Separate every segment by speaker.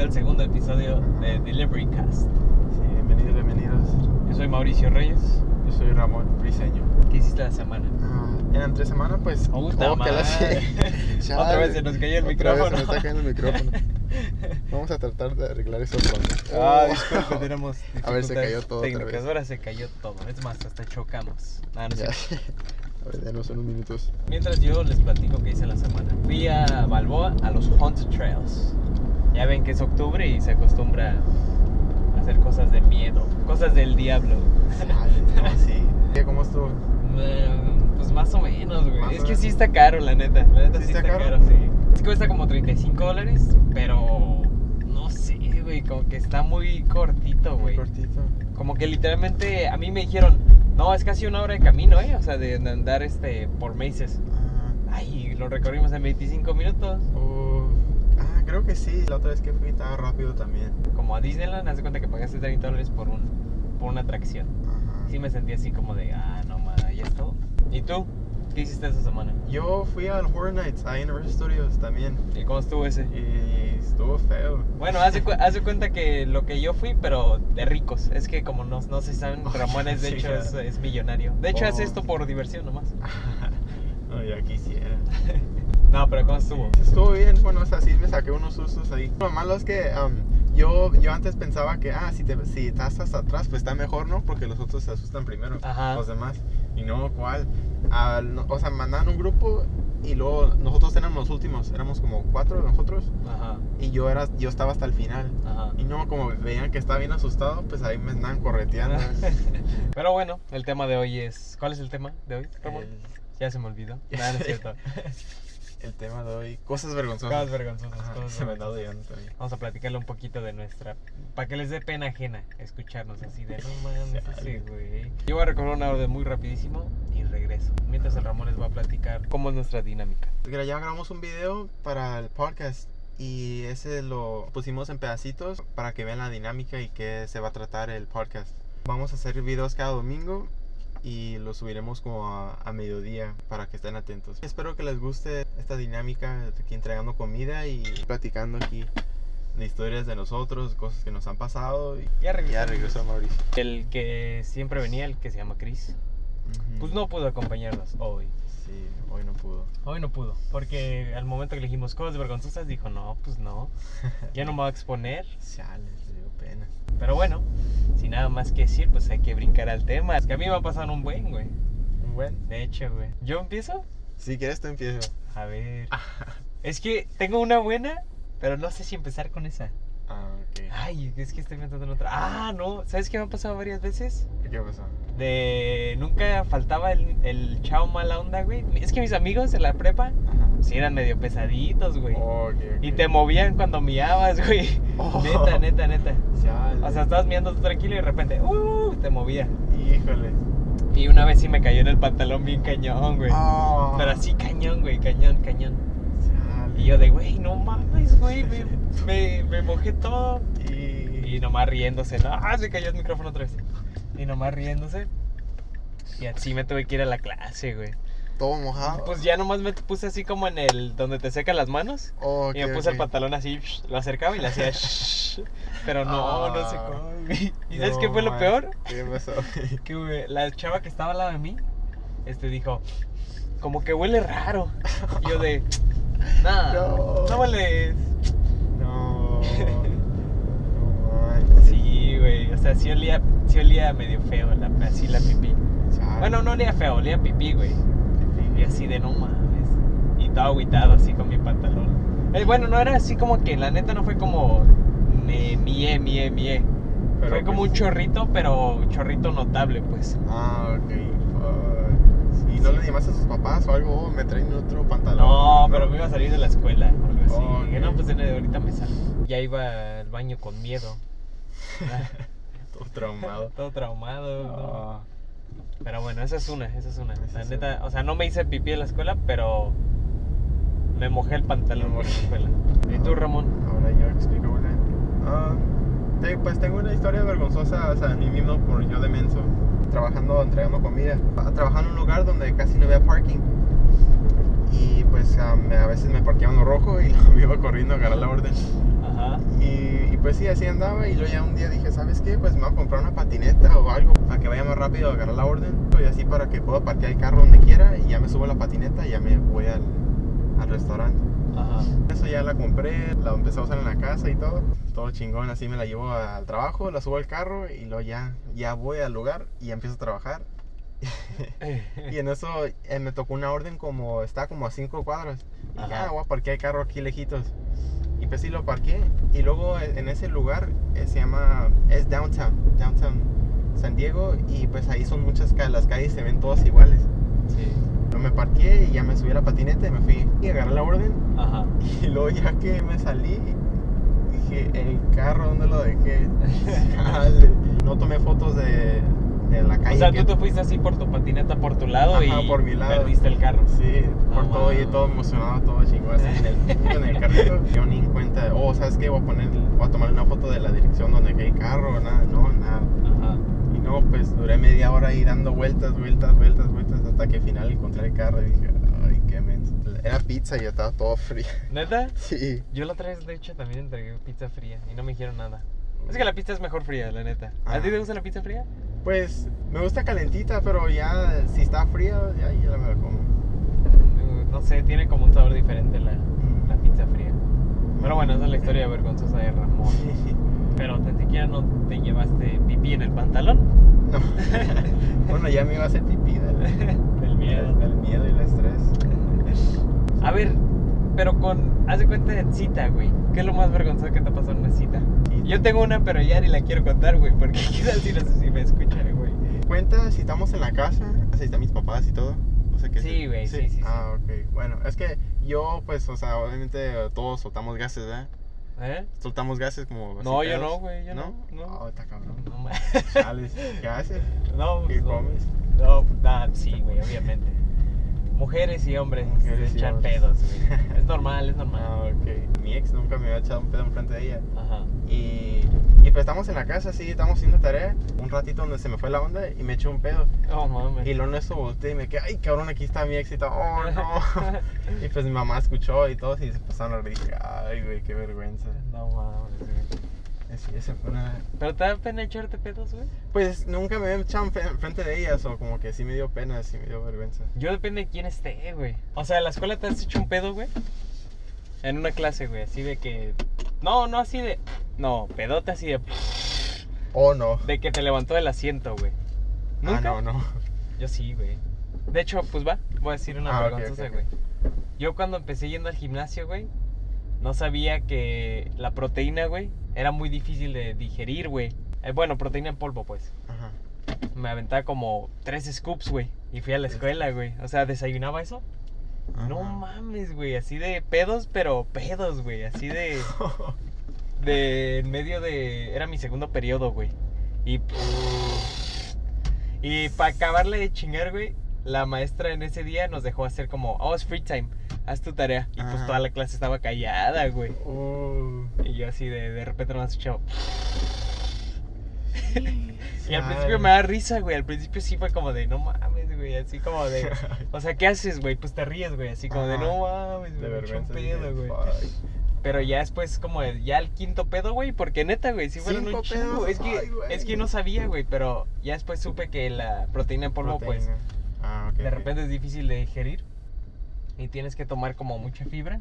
Speaker 1: al segundo episodio de Delivery Cast.
Speaker 2: Sí, bienvenidos, bienvenidos.
Speaker 1: Yo soy Mauricio Reyes.
Speaker 2: Yo soy Ramón Briseño.
Speaker 1: ¿Qué hiciste la semana?
Speaker 2: Ah, ¿Eran tres semanas? Pues.
Speaker 1: Puta
Speaker 2: oh, que la-
Speaker 1: madre.
Speaker 2: Ya,
Speaker 1: Otra vez
Speaker 2: güey.
Speaker 1: se nos cayó el
Speaker 2: Otra vez
Speaker 1: micrófono.
Speaker 2: se me está cayendo el micrófono. Vamos a tratar de arreglar eso pronto.
Speaker 1: Ah,
Speaker 2: Oh.
Speaker 1: disculpe, tenemos
Speaker 2: A ver,
Speaker 1: dificultades
Speaker 2: se cayó todo otra
Speaker 1: técnicas.
Speaker 2: vez.
Speaker 1: Ahora se cayó todo. Es más, hasta chocamos. Nada, no es
Speaker 2: Ya.
Speaker 1: cierto.
Speaker 2: A ver, denos unos minutos.
Speaker 1: Mientras yo les platico qué hice la semana. Fui a Balboa a los Haunted Trails. Ya ven que es octubre y se acostumbra a hacer cosas de miedo, cosas del diablo.
Speaker 2: No, sí. ¿Qué, ¿Cómo estuvo?
Speaker 1: Mm, Pues más o menos, güey.
Speaker 2: Más
Speaker 1: es
Speaker 2: o
Speaker 1: que
Speaker 2: menos.
Speaker 1: sí está caro, la neta. La neta sí, está, caro. sí. Es que cuesta como 35 dólares, pero no sé, güey. Como que está muy cortito,
Speaker 2: Muy
Speaker 1: güey.
Speaker 2: cortito.
Speaker 1: Como que literalmente a mí me dijeron, no, es casi una hora de camino, ¿eh? O sea, de de andar este por meses.
Speaker 2: Ah,
Speaker 1: Ay, lo recorrimos en 25 minutos.
Speaker 2: oh, ah, creo que sí. La otra vez que fui estaba rápido también.
Speaker 1: Como a Disneyland, haz de cuenta que pagaste 30 dólares por, un, por una atracción.
Speaker 2: Ajá.
Speaker 1: Sí me sentí así como de, ah, no, ma, ya es todo. ¿Y tú? ¿Qué hiciste esta semana?
Speaker 2: Yo fui al Horror Nights a Universal Studios también.
Speaker 1: ¿Y cómo estuvo ese?
Speaker 2: Y estuvo feo.
Speaker 1: Bueno, hace, cu- hace cuenta que lo que yo fui, pero de ricos. Es que como no, no se saben, Ramón es de
Speaker 2: Sí,
Speaker 1: hecho
Speaker 2: ya.
Speaker 1: es, es millonario. De hecho
Speaker 2: Oh.
Speaker 1: hace esto por diversión nomás.
Speaker 2: no, ya quisiera.
Speaker 1: No, pero ¿cómo estuvo?
Speaker 2: Estuvo bien, bueno, o sea, sí me saqué unos sustos ahí. Lo malo es que am, yo, yo antes pensaba que, ah, si, te, si estás hasta atrás, pues está mejor, ¿no? Porque los otros se asustan primero,
Speaker 1: Ajá.
Speaker 2: los demás. Y no, ¿cuál? Ah, no, o sea, mandaban un grupo y luego nosotros éramos los últimos, éramos como cuatro de nosotros
Speaker 1: Ajá,
Speaker 2: y yo, era, yo estaba hasta el final.
Speaker 1: ajá.
Speaker 2: Y no, como veían que estaba bien asustado, pues ahí me andaban correteando.
Speaker 1: Ah. Pero bueno, el tema de hoy es... ¿Cuál es el tema de hoy, Ramón?
Speaker 2: el,
Speaker 1: Ya se me olvidó. Nada, no es cierto.
Speaker 2: el tema de hoy, cosas vergonzosas.
Speaker 1: Cosas vergonzosas.
Speaker 2: Ajá,
Speaker 1: cosas
Speaker 2: se me andaba
Speaker 1: vergonzosas.
Speaker 2: olvidando también.
Speaker 1: Vamos a platicarle un poquito de nuestra. Para que les dé pena ajena escucharnos así de no mames ese
Speaker 2: Chale.
Speaker 1: güey. Yo voy a recorrer una orden muy rapidísimo y regreso. Mientras el Ramón les va a platicar cómo es nuestra dinámica.
Speaker 2: Mira, ya grabamos un video para el podcast y ese lo pusimos en pedacitos para que vean la dinámica y qué se va a tratar el podcast. Vamos a hacer videos cada domingo y los subiremos como a, a mediodía para que estén atentos. Espero que les guste esta dinámica aquí entregando comida y platicando aquí de historias de nosotros, cosas que nos han pasado y
Speaker 1: Ya regresé.
Speaker 2: ya regresó Mauricio.
Speaker 1: El que siempre venía, el que se llama Chris,
Speaker 2: Ujú.
Speaker 1: pues no pudo acompañarnos hoy.
Speaker 2: Sí, hoy no pudo.
Speaker 1: Hoy no pudo, porque al momento que le dijimos cosas vergonzosas, dijo no, pues no. Ya no me va a exponer.
Speaker 2: Chale, le dio pena.
Speaker 1: Pero bueno, sin nada más que decir, pues hay que brincar al tema. Es que a mí me va a pasar un buen, güey.
Speaker 2: ¿Un buen?
Speaker 1: De hecho, güey. ¿Yo empiezo?
Speaker 2: Si quieres tú empiezo.
Speaker 1: A ver. Es que tengo una buena, pero no sé si empezar con esa.
Speaker 2: Ah, ok.
Speaker 1: Ay, es que estoy pensando en otra. Ah, no. ¿Sabes qué me ha pasado varias veces?
Speaker 2: ¿Qué pasó?
Speaker 1: De nunca faltaba el, el chao mala onda, güey. Es que mis amigos en la prepa
Speaker 2: Ajá.
Speaker 1: sí eran medio pesaditos, güey.
Speaker 2: Ok, ok.
Speaker 1: Y te movían cuando miabas, güey.
Speaker 2: Oh.
Speaker 1: Neta, neta, neta.
Speaker 2: Chale.
Speaker 1: O sea, estabas mirando tú tranquilo y de repente, uh, te movía.
Speaker 2: híjole.
Speaker 1: Y una vez sí me cayó en el pantalón bien cañón, güey.
Speaker 2: Ah.
Speaker 1: Pero así cañón, güey, cañón, cañón.
Speaker 2: Chale.
Speaker 1: Y yo de, güey, no mames, güey, me, me, me mojé todo.
Speaker 2: Y-
Speaker 1: Y nomás riéndose, no, ah, se cayó el micrófono otra vez. Y nomás riéndose. Y así me tuve que ir a la clase, güey.
Speaker 2: Todo mojado.
Speaker 1: Pues ya nomás me puse así como en el donde te secan las manos.
Speaker 2: Ok,
Speaker 1: y me puse el
Speaker 2: ok.
Speaker 1: pantalón así, lo acercaba y le hacía, shh, pero no, no sé
Speaker 2: Ah.
Speaker 1: cómo. güey. ¿Y sabes
Speaker 2: No,
Speaker 1: qué fue lo
Speaker 2: man.
Speaker 1: peor?
Speaker 2: ¿Qué pasó?
Speaker 1: Que güey, la chava que estaba al lado de mí, este dijo, como que huele raro. Y yo de, nada, no.
Speaker 2: No.
Speaker 1: hueles.
Speaker 2: No. No manches.
Speaker 1: Sí, güey, o sea, sí olía, sí olía medio feo, la, así la pipí.
Speaker 2: Chale.
Speaker 1: Bueno, no olía feo, olía pipí, güey. Y así de no mames. Y todo aguitado así con mi pantalón. Eh, bueno, no era así como que, la neta no fue como me, mie, mie, mie.
Speaker 2: Pero
Speaker 1: fue como
Speaker 2: pues-
Speaker 1: un chorrito, pero un chorrito notable, pues.
Speaker 2: Ah, ok. fuck. ¿Y no
Speaker 1: Sí.
Speaker 2: le llamaste a sus papás o algo? Oh, me traen otro pantalón.
Speaker 1: No, pero me iba a salir de la escuela. o algo así.
Speaker 2: Oh,
Speaker 1: Dije,
Speaker 2: ok.
Speaker 1: no, pues de ahorita me salgo. Ya iba al baño con miedo. Ah,
Speaker 2: Todo traumado.
Speaker 1: Todo traumado. ¿no?
Speaker 2: Ah.
Speaker 1: Pero bueno, esa es una, esa es una.
Speaker 2: Esa
Speaker 1: La
Speaker 2: es
Speaker 1: neta, o sea, no me hice pipí en la escuela, pero me mojé el pantalón
Speaker 2: Me
Speaker 1: en la
Speaker 2: mojé.
Speaker 1: escuela. ¿Y tú, Ramón?
Speaker 2: Ahora yo explico una. Ah, te- pues tengo una historia vergonzosa, o sea, a mí mismo por yo de menso, trabajando, entregando comida. Ah, Trabajando en un lugar donde casi no había parking. Y pues ah, me- a veces me parqueaban lo rojo y me iba corriendo a agarrar la orden.
Speaker 1: Ajá.
Speaker 2: Y Pues sí, así andaba y luego ya un día dije, ¿sabes qué? Pues me voy a comprar una patineta o algo para que vaya más rápido a agarrar la orden y así para que pueda parquear el carro donde quiera y ya me subo a la patineta y ya me voy al, al restaurante.
Speaker 1: Ajá.
Speaker 2: Eso ya la compré, la empecé a usar en la casa y todo. Todo chingón, así me la llevo al trabajo, la subo al carro y luego ya, ya voy al lugar y ya empiezo a trabajar. Y en eso eh, me tocó una orden como, está como a cinco cuadras. Y dije,
Speaker 1: Ajá.
Speaker 2: "Ah, voy a parquear el carro aquí lejitos. Y pues sí lo parqué. Y luego eh, en ese lugar eh, se llama, es Downtown, Downtown San Diego. Y pues ahí son muchas calles, las calles se ven todas iguales.
Speaker 1: Sí.
Speaker 2: Yo me parqué y ya me subí a la patineta y me fui. Y agarré la orden.
Speaker 1: Ajá.
Speaker 2: Y luego ya que me salí, dije, el carro, ¿dónde lo dejé? Chale. No tomé fotos de, de la calle.
Speaker 1: O sea,
Speaker 2: que-
Speaker 1: tú te fuiste así por tu patineta por tu lado
Speaker 2: Ajá,
Speaker 1: y
Speaker 2: por mi lado.
Speaker 1: perdiste el carro.
Speaker 2: Sí,
Speaker 1: No
Speaker 2: por todo y
Speaker 1: mames.
Speaker 2: todo emocionado, todo chingón así en el, en el carrito. Yo ni en cuenta, oh, ¿sabes qué? Voy a poner, voy a tomar una foto de la dirección donde dejé el carro, nada, no, nada.
Speaker 1: Ajá.
Speaker 2: Y no, pues duré media hora ahí dando vueltas, vueltas, vueltas, vueltas, hasta que al final encontré el carro y dije, ay, qué menso. Era pizza y ya estaba todo frío.
Speaker 1: ¿Neta?
Speaker 2: Sí.
Speaker 1: Yo la otra vez, de hecho, también entregué pizza fría y no me dijeron nada. Es que la pizza es mejor fría, la neta. ¿A ti
Speaker 2: Ah.
Speaker 1: te gusta la pizza fría?
Speaker 2: Pues me gusta calentita, pero ya si está fría, ya, ya la me la como.
Speaker 1: Mm, No sé, tiene como un sabor diferente la, la pizza fría. Mm. Pero bueno, esa es la historia de vergonzosa de Ramón.
Speaker 2: Sí.
Speaker 1: Pero te siquiera no te llevaste pipí en el pantalón.
Speaker 2: No. bueno, ya me iba a hacer pipí del,
Speaker 1: Del miedo.
Speaker 2: del miedo y el estrés.
Speaker 1: A ver, pero con. Haz de cuenta de cita, güey. ¿Qué es lo más vergonzoso que te pasó en una cita? Yo tengo una, pero ya ni la quiero contar, güey. Porque quizás sí, no sé si me escuchan, güey.
Speaker 2: Cuenta si estamos en la casa, si están mis papás y todo. O sea que
Speaker 1: Sí, güey, sí, sí, sí.
Speaker 2: Ah, ok. Bueno, es que yo, pues, o sea, obviamente todos soltamos gases, ¿verdad?
Speaker 1: ¿Eh?
Speaker 2: Soltamos gases como. así
Speaker 1: No, yo
Speaker 2: pedos.
Speaker 1: no, güey. Yo no. No.
Speaker 2: ¿No? Oh, está cabrón.
Speaker 1: No, ma-
Speaker 2: Chales, ¿qué haces?
Speaker 1: no,
Speaker 2: ¿Qué
Speaker 1: pues, no.
Speaker 2: comes?
Speaker 1: No, pues, nada, sí, güey, obviamente. Mujeres y hombres
Speaker 2: Mujeres
Speaker 1: se
Speaker 2: y
Speaker 1: echan
Speaker 2: hombres.
Speaker 1: pedos, güey. Es normal, es normal.
Speaker 2: Ah, ok. Mi ex nunca me había echado un pedo enfrente de ella.
Speaker 1: Ajá.
Speaker 2: Y, y pues estamos en la casa, sí, estamos haciendo tarea. Un ratito donde se me fue la onda y me echó un pedo.
Speaker 1: Oh, mames.
Speaker 2: Y luego en eso volteé y me quedé, ay, cabrón, aquí está mi ex y todo. Oh, no. Y pues mi mamá escuchó y todo, y se pasaron a reír. Dije, Ay, güey, qué vergüenza.
Speaker 1: No mames, güey.
Speaker 2: Así, esa fue una...
Speaker 1: ¿Pero te da pena echarte pedos, güey?
Speaker 2: Pues nunca me he echado enfe- enfrente de ellas, o como que sí me dio pena, sí me dio vergüenza.
Speaker 1: Yo depende de quién esté, güey. O sea, en la escuela te has hecho un pedo, güey. En una clase, güey, así de que. No, no así de. No, pedote así de.
Speaker 2: Oh, no.
Speaker 1: De que te levantó del asiento, güey. ¿Nunca?
Speaker 2: Ah, no, no.
Speaker 1: Yo sí, güey. De hecho, pues va, voy a decir una
Speaker 2: Ah, ok,
Speaker 1: vergonzosa,
Speaker 2: ok, ok.
Speaker 1: güey. Yo cuando empecé yendo al gimnasio, güey, no sabía que la proteína, güey, era muy difícil de digerir, güey. Eh, bueno, proteína en polvo, pues.
Speaker 2: Ajá.
Speaker 1: Me aventaba como tres scoops, güey. Y fui a la escuela, güey. O sea, desayunaba eso. No
Speaker 2: Ajá.
Speaker 1: mames, güey. Así de pedos, pero pedos, güey. Así de. de en medio de era mi segundo periodo, güey. Y y para acabarle de chingar, güey, la maestra en ese día nos dejó hacer como, "Oh, es free time, haz tu tarea." Y pues
Speaker 2: Ajá.
Speaker 1: toda la clase estaba callada, güey.
Speaker 2: Uh.
Speaker 1: Y yo así de de repente nomás escuchaba. Y al
Speaker 2: Chale.
Speaker 1: principio me da risa, güey. Al principio sí fue como de, "No mames, güey." Así como de, o sea, ¿qué haces, güey? Pues te ríes, güey, así como de,
Speaker 2: Ajá.
Speaker 1: "No mames,
Speaker 2: De
Speaker 1: güey." me echó un
Speaker 2: vergüenza.
Speaker 1: pedo, güey.
Speaker 2: dije, "Fuck".
Speaker 1: Pero ya después, como el- ya el quinto pedo, güey, porque neta, güey, si fueron un
Speaker 2: Cinco
Speaker 1: chingo.
Speaker 2: pedos,
Speaker 1: Es que,
Speaker 2: ay, güey.
Speaker 1: es que no sabía, güey, pero ya después supe que la proteína en polvo, pues,
Speaker 2: Proteína. Ah, ok.
Speaker 1: de
Speaker 2: ok.
Speaker 1: repente es difícil de digerir y tienes que tomar como mucha fibra.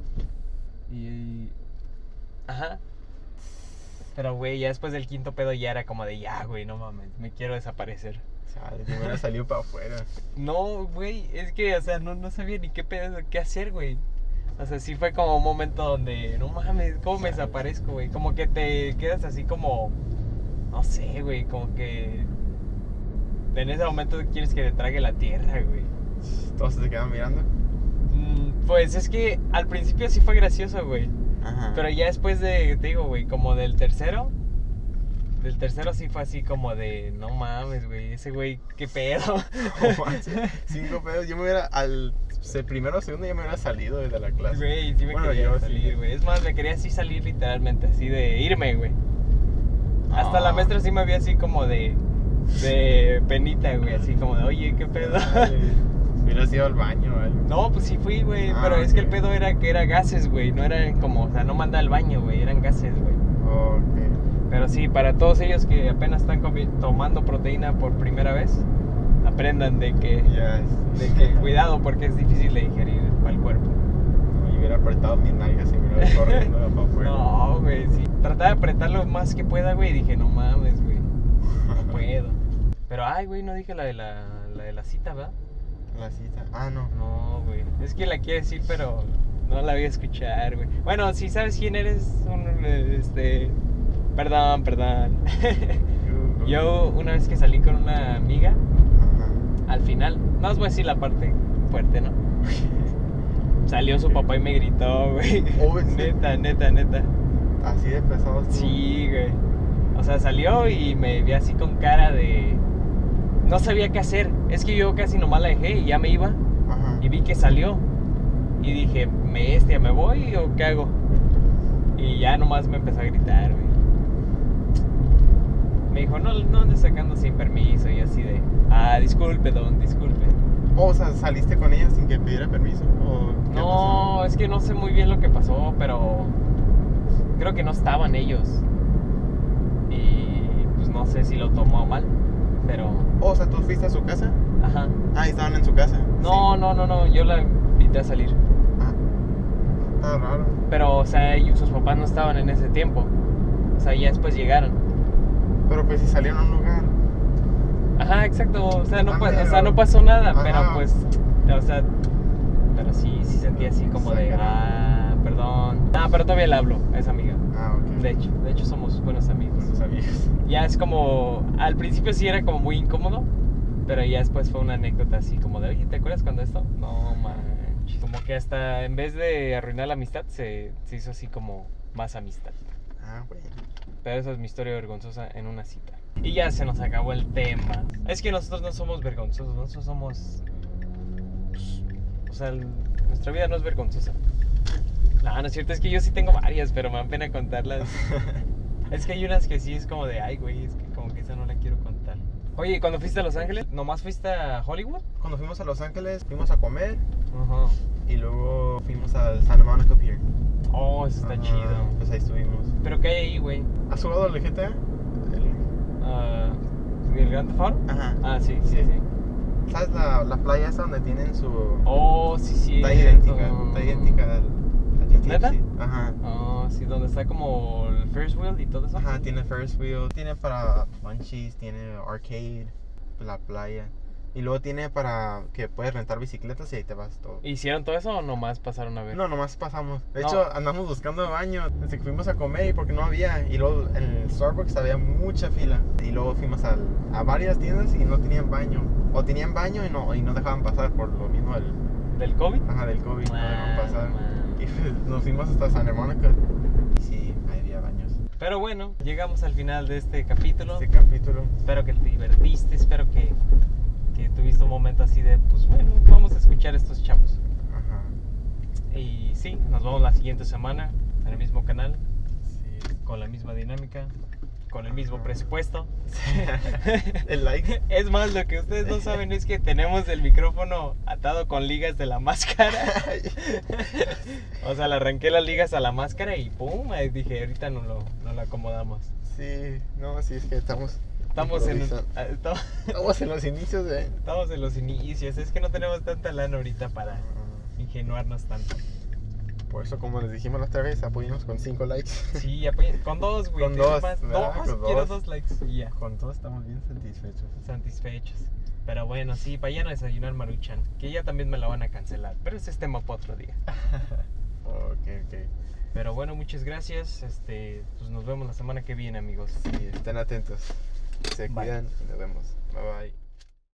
Speaker 1: Y. Ajá. Pero, güey, ya después del quinto pedo ya era como de, ya, güey, no mames, me quiero desaparecer.
Speaker 2: Chale, me hubiera salido para afuera.
Speaker 1: No, güey, es que, o sea, no, no sabía ni qué pedo, qué hacer, güey. O sea, sí fue como un momento donde, no mames, ¿cómo me desaparezco, güey? Como que te quedas así como, no sé, güey, como que... En ese momento quieres que te trague la tierra, güey.
Speaker 2: Todos se quedan mirando.
Speaker 1: Mm, Pues es que al principio sí fue gracioso, güey.
Speaker 2: Ajá.
Speaker 1: Pero ya después de, te digo, güey, como del tercero. Del tercero sí fue así como de, no mames, güey, ese güey, qué pedo.
Speaker 2: No manches, Cinco pedos. Yo me hubiera, al se- primero o segundo, ya me hubiera salido de la clase.
Speaker 1: Güey, sí me
Speaker 2: Bueno,
Speaker 1: quería
Speaker 2: yo sí.
Speaker 1: salir, güey. Es más, me quería así salir literalmente, así de irme, güey. Hasta la
Speaker 2: Ah.
Speaker 1: maestra sí me vio así como de, de penita, güey. Así como de, oye, qué pedo.
Speaker 2: Ay, hubieras ido al baño o algo.
Speaker 1: No, pues sí fui, güey.
Speaker 2: Ah,
Speaker 1: pero es que el
Speaker 2: ok.
Speaker 1: pedo era que era gases, güey. No eran como, o sea, no manda al baño, güey. Eran gases, güey.
Speaker 2: Ok.
Speaker 1: Pero sí, para todos ellos que apenas están comi- tomando proteína por primera vez, aprendan de que,
Speaker 2: Yes.
Speaker 1: de que cuidado porque es difícil de digerir para el cuerpo.
Speaker 2: Me hubiera apretado mis nalgas y me hubiera ido corriendo para afuera.
Speaker 1: No, güey, sí. Trataba de apretar lo más que pueda, güey, y dije, no mames, güey, no pues. puedo. Pero, ay, güey, no dije la de la, la de la cita, ¿verdad?
Speaker 2: La cita. Ah, no.
Speaker 1: No, güey. Es que la quiero decir, pero no la voy a escuchar, güey. Bueno, si sabes quién eres, un, eh, este... Perdón, perdón. Yo una vez que salí con una amiga,
Speaker 2: Ajá.
Speaker 1: al final, no os voy a decir la parte fuerte, ¿no? Salió su papá y me gritó, güey.
Speaker 2: Oh, ¿en serio?
Speaker 1: neta, neta, neta.
Speaker 2: Así de pesado estuvo.
Speaker 1: Sí, güey. O sea, salió y me vi así con cara de... No sabía qué hacer. Es que yo casi nomás la dejé y ya me iba.
Speaker 2: Ajá.
Speaker 1: Y vi que salió. Y dije, ¿me este, me voy o qué hago? Y ya nomás me empezó a gritar, güey. Me dijo, no, no andes sacando sin permiso. Y así de, ah, disculpe, don, disculpe.
Speaker 2: Oh, o sea, saliste con ella sin que pidiera permiso. ¿O qué pasó?
Speaker 1: No, es que no sé muy bien lo que pasó, pero creo que no estaban ellos. Y pues no sé si lo tomó mal, pero
Speaker 2: Oh, o sea, tú fuiste a su casa.
Speaker 1: ajá.
Speaker 2: Ah, y estaban en su casa.
Speaker 1: No, no, no, no, yo la invité a salir.
Speaker 2: Sí. Ah, está raro.
Speaker 1: Pero o sea, ellos- sus papás no estaban en ese tiempo. O sea, ya después llegaron.
Speaker 2: Pero pues si salieron a un lugar.
Speaker 1: Ajá, exacto. O sea, no,
Speaker 2: Ah,
Speaker 1: pa- o
Speaker 2: pero-
Speaker 1: sea, no pasó nada,
Speaker 2: Ajá.
Speaker 1: pero pues o sea, pero sí sí sentí así como de,
Speaker 2: Sacará.
Speaker 1: ah, perdón. Ah, pero todavía le hablo a esa amiga.
Speaker 2: Ah, ok.
Speaker 1: De hecho, de hecho somos buenos amigos.
Speaker 2: Con sus amigas.
Speaker 1: ya es como, al principio sí era como muy incómodo, pero ya después fue una anécdota así como de, oye, ¿te acuerdas cuando esto? No manches. Como que hasta en vez de arruinar la amistad, se, se hizo así como más amistad.
Speaker 2: Ah, bueno.
Speaker 1: Pero esa es mi historia vergonzosa en una cita. Y ya se nos acabó el tema. Es que nosotros no somos vergonzosos, nosotros somos... pues, O sea, el- nuestra vida no es vergonzosa. No, no es cierto, es que yo sí tengo varias, pero me dan pena contarlas. Es que hay unas que sí es como de, ay, güey, es que como que esa no la quiero contar. Oye, ¿y cuando fuiste a Los Ángeles? ¿Nomás fuiste a Hollywood?
Speaker 2: Cuando fuimos a Los Ángeles, fuimos a comer
Speaker 1: Ajá.
Speaker 2: y luego fuimos al Santa Monica Pier.
Speaker 1: Oh, eso está
Speaker 2: Ajá,
Speaker 1: chido.
Speaker 2: Pues ahí estuvimos.
Speaker 1: ¿Pero qué hay ahí, güey?
Speaker 2: ¿Has jugado al GTA? El-
Speaker 1: Ah, ¿El Gran Faro?
Speaker 2: Ajá.
Speaker 1: Ah, sí, sí, sí.
Speaker 2: ¿Sabes la, la playa esa donde tienen su...
Speaker 1: Oh, sí, sí.
Speaker 2: está idéntica, está idéntica al, al GTA.
Speaker 1: ¿Neta?
Speaker 2: sí. Ajá.
Speaker 1: Oh, sí, donde está como el first wheel y todo eso.
Speaker 2: Ajá, tiene First Wheel, tiene para bunchies, tiene arcade, la playa. Y luego tiene para que puedes rentar bicicletas y ahí te vas todo.
Speaker 1: ¿Hicieron todo eso o nomás pasaron a ver?
Speaker 2: No, nomás pasamos. De
Speaker 1: pues No.
Speaker 2: hecho, andamos buscando baño desde que fuimos a comer y porque no había. Y luego en el Starbucks había mucha fila. Y luego fuimos al- a varias tiendas y no tenían baño. O tenían baño y no, y no dejaban pasar por lo mismo del,
Speaker 1: ¿Del COVID?
Speaker 2: ajá, del COVID. no
Speaker 1: Ah,
Speaker 2: dejaban pasar.
Speaker 1: man.
Speaker 2: Y pues, nos fuimos hasta San Mónica. Y sí, ahí había baños.
Speaker 1: Pero bueno, llegamos al final de este capítulo.
Speaker 2: Este capítulo.
Speaker 1: Espero que te divertiste, espero que, que tuviste un momento así de, pues bueno, vamos a escuchar a estos chavos.
Speaker 2: Ajá.
Speaker 1: Y sí, nos vemos la siguiente semana en el mismo canal,
Speaker 2: Sí.
Speaker 1: con la misma dinámica, con el mismo presupuesto.
Speaker 2: el like.
Speaker 1: Es más, lo que ustedes no saben es que tenemos el micrófono atado con ligas de la máscara. O sea, le arranqué las ligas a la máscara y pum, ahí dije, ahorita no lo, no lo acomodamos.
Speaker 2: sí, no, sí, es que estamos,
Speaker 1: Estamos en,
Speaker 2: Improvisa.
Speaker 1: ah, estamos,
Speaker 2: estamos en los inicios de.
Speaker 1: estamos en los inicios, es que no tenemos tanta lana ahorita para ingenuarnos tanto.
Speaker 2: Por eso, como les dijimos la otra vez, apoyemos con 5 likes.
Speaker 1: Sí, apoyen- con dos, güey.
Speaker 2: Con
Speaker 1: te
Speaker 2: dos,
Speaker 1: más-
Speaker 2: ¿verdad?
Speaker 1: dos,
Speaker 2: Con
Speaker 1: quiero
Speaker 2: dos.
Speaker 1: dos likes y ya.
Speaker 2: Con todo estamos bien satisfechos.
Speaker 1: Satisfechos. Pero bueno, sí, vayan a desayunar Maruchan, que ya también me la van a cancelar. Pero ese es tema para otro día.
Speaker 2: ok, ok.
Speaker 1: Pero bueno, muchas gracias. Este, pues nos vemos la semana que viene, amigos.
Speaker 2: Sí, estén atentos. Se
Speaker 1: Bye.
Speaker 2: cuidan y nos vemos. Bye bye.